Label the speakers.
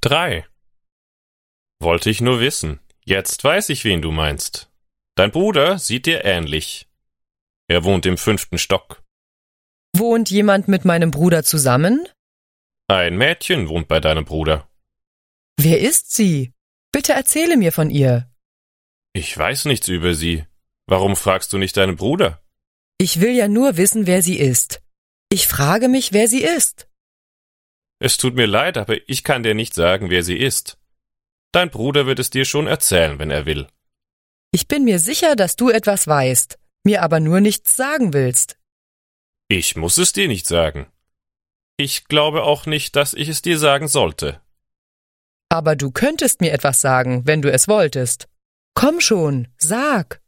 Speaker 1: Drei. Wollte ich nur wissen. Jetzt weiß ich, wen du meinst. Dein Bruder sieht dir ähnlich. Er wohnt im fünften Stock.
Speaker 2: Wohnt jemand mit meinem Bruder zusammen?
Speaker 1: Ein Mädchen wohnt bei deinem Bruder.
Speaker 2: Wer ist sie? Bitte erzähle mir von ihr.
Speaker 1: Ich weiß nichts über sie. Warum fragst du nicht deinen Bruder?
Speaker 2: Ich will ja nur wissen, wer sie ist. Ich frage mich, wer sie ist.
Speaker 1: Es tut mir leid, aber ich kann dir nicht sagen, wer sie ist. Dein Bruder wird es dir schon erzählen, wenn er will.
Speaker 2: Ich bin mir sicher, dass du etwas weißt, mir aber nur nichts sagen willst.
Speaker 1: Ich muss es dir nicht sagen. Ich glaube auch nicht, dass ich es dir sagen sollte.
Speaker 2: Aber du könntest mir etwas sagen, wenn du es wolltest. Komm schon, sag.